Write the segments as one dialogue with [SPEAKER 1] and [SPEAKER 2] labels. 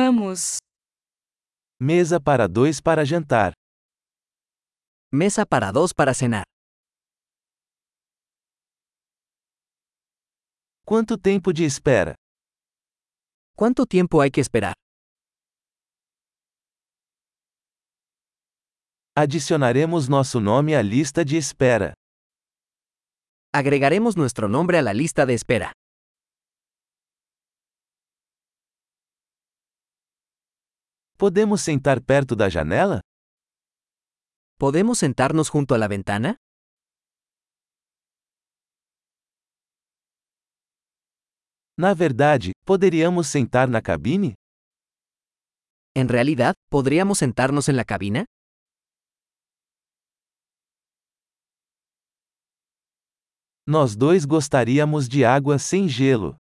[SPEAKER 1] Vamos.
[SPEAKER 2] Mesa para dois para jantar.
[SPEAKER 3] Mesa para dos para cenar.
[SPEAKER 2] Quanto tempo de espera?
[SPEAKER 3] ¿Cuánto tiempo hay que esperar?
[SPEAKER 2] Adicionaremos nosso nome à lista de espera.
[SPEAKER 3] Agregaremos nuestro nombre a la lista de espera.
[SPEAKER 2] Podemos sentar perto da janela?
[SPEAKER 3] ¿Podemos sentarnos junto a la ventana?
[SPEAKER 2] Na verdade, poderíamos sentar na cabine?
[SPEAKER 3] En realidad, ¿podríamos sentarnos en la cabina?
[SPEAKER 2] Nós dois gostaríamos de água sem gelo.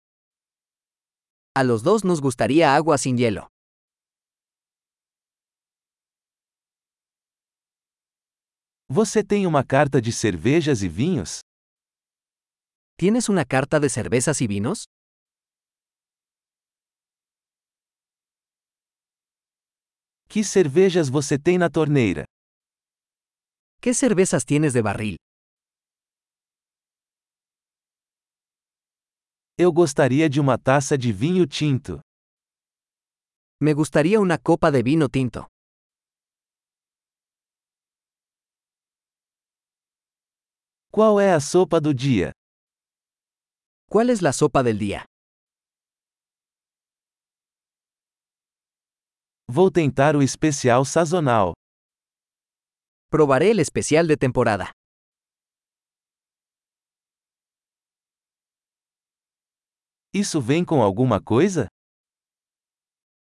[SPEAKER 3] A los dos nos gustaría agua sin hielo.
[SPEAKER 2] Você tem uma carta de cervejas e vinhos?
[SPEAKER 3] ¿Tienes una carta de cervezas y vinos?
[SPEAKER 2] Que cervejas você tem na torneira?
[SPEAKER 3] ¿Qué cervezas tienes de barril?
[SPEAKER 2] Eu gostaria de uma taça de vinho tinto.
[SPEAKER 3] Me gustaría una copa de vino tinto.
[SPEAKER 2] Qual é a sopa do dia?
[SPEAKER 3] ¿Cuál es la sopa del día?
[SPEAKER 2] Vou tentar o especial sazonal.
[SPEAKER 3] Probaré el especial de temporada.
[SPEAKER 2] Isso vem com alguma coisa?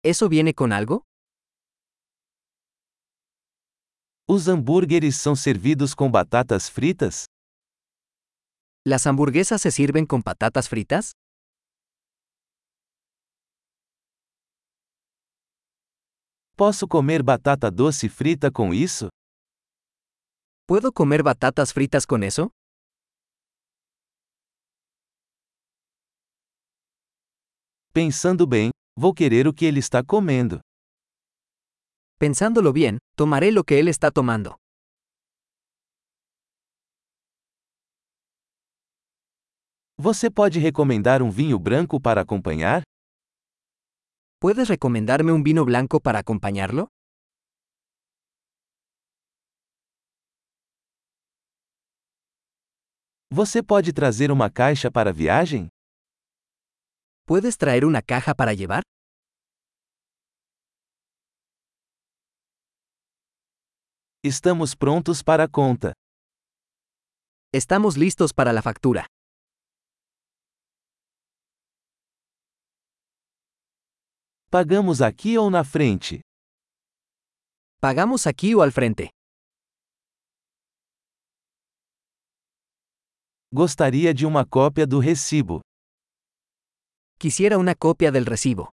[SPEAKER 3] ¿Eso viene con algo?
[SPEAKER 2] Os hambúrgueres são servidos com batatas fritas?
[SPEAKER 3] ¿Las hamburguesas se sirven con patatas fritas?
[SPEAKER 2] Posso comer batata doce frita com isso?
[SPEAKER 3] ¿Puedo comer batatas fritas con eso?
[SPEAKER 2] Pensando bem, vou querer o que ele está comendo.
[SPEAKER 3] Pensándolo bien, tomaré lo que él está tomando.
[SPEAKER 2] Você pode recomendar um vinho branco para acompanhar?
[SPEAKER 3] ¿Puedes recomendarme un vino blanco para acompañarlo?
[SPEAKER 2] Você pode trazer uma caixa para a viagem?
[SPEAKER 3] ¿Puedes traer una caja para llevar?
[SPEAKER 2] Estamos prontos para a conta.
[SPEAKER 3] Estamos listos para la factura.
[SPEAKER 2] Pagamos aqui ou na frente?
[SPEAKER 3] ¿Pagamos aquí o al frente?
[SPEAKER 2] Gostaria de uma cópia do recibo.
[SPEAKER 3] Quisiera una copia del recibo.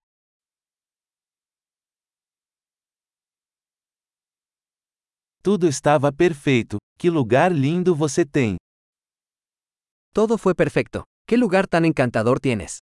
[SPEAKER 2] Tudo estava perfeito. Que lugar lindo você tem!
[SPEAKER 3] Todo fue perfecto. ¿Qué lugar tan encantador tienes?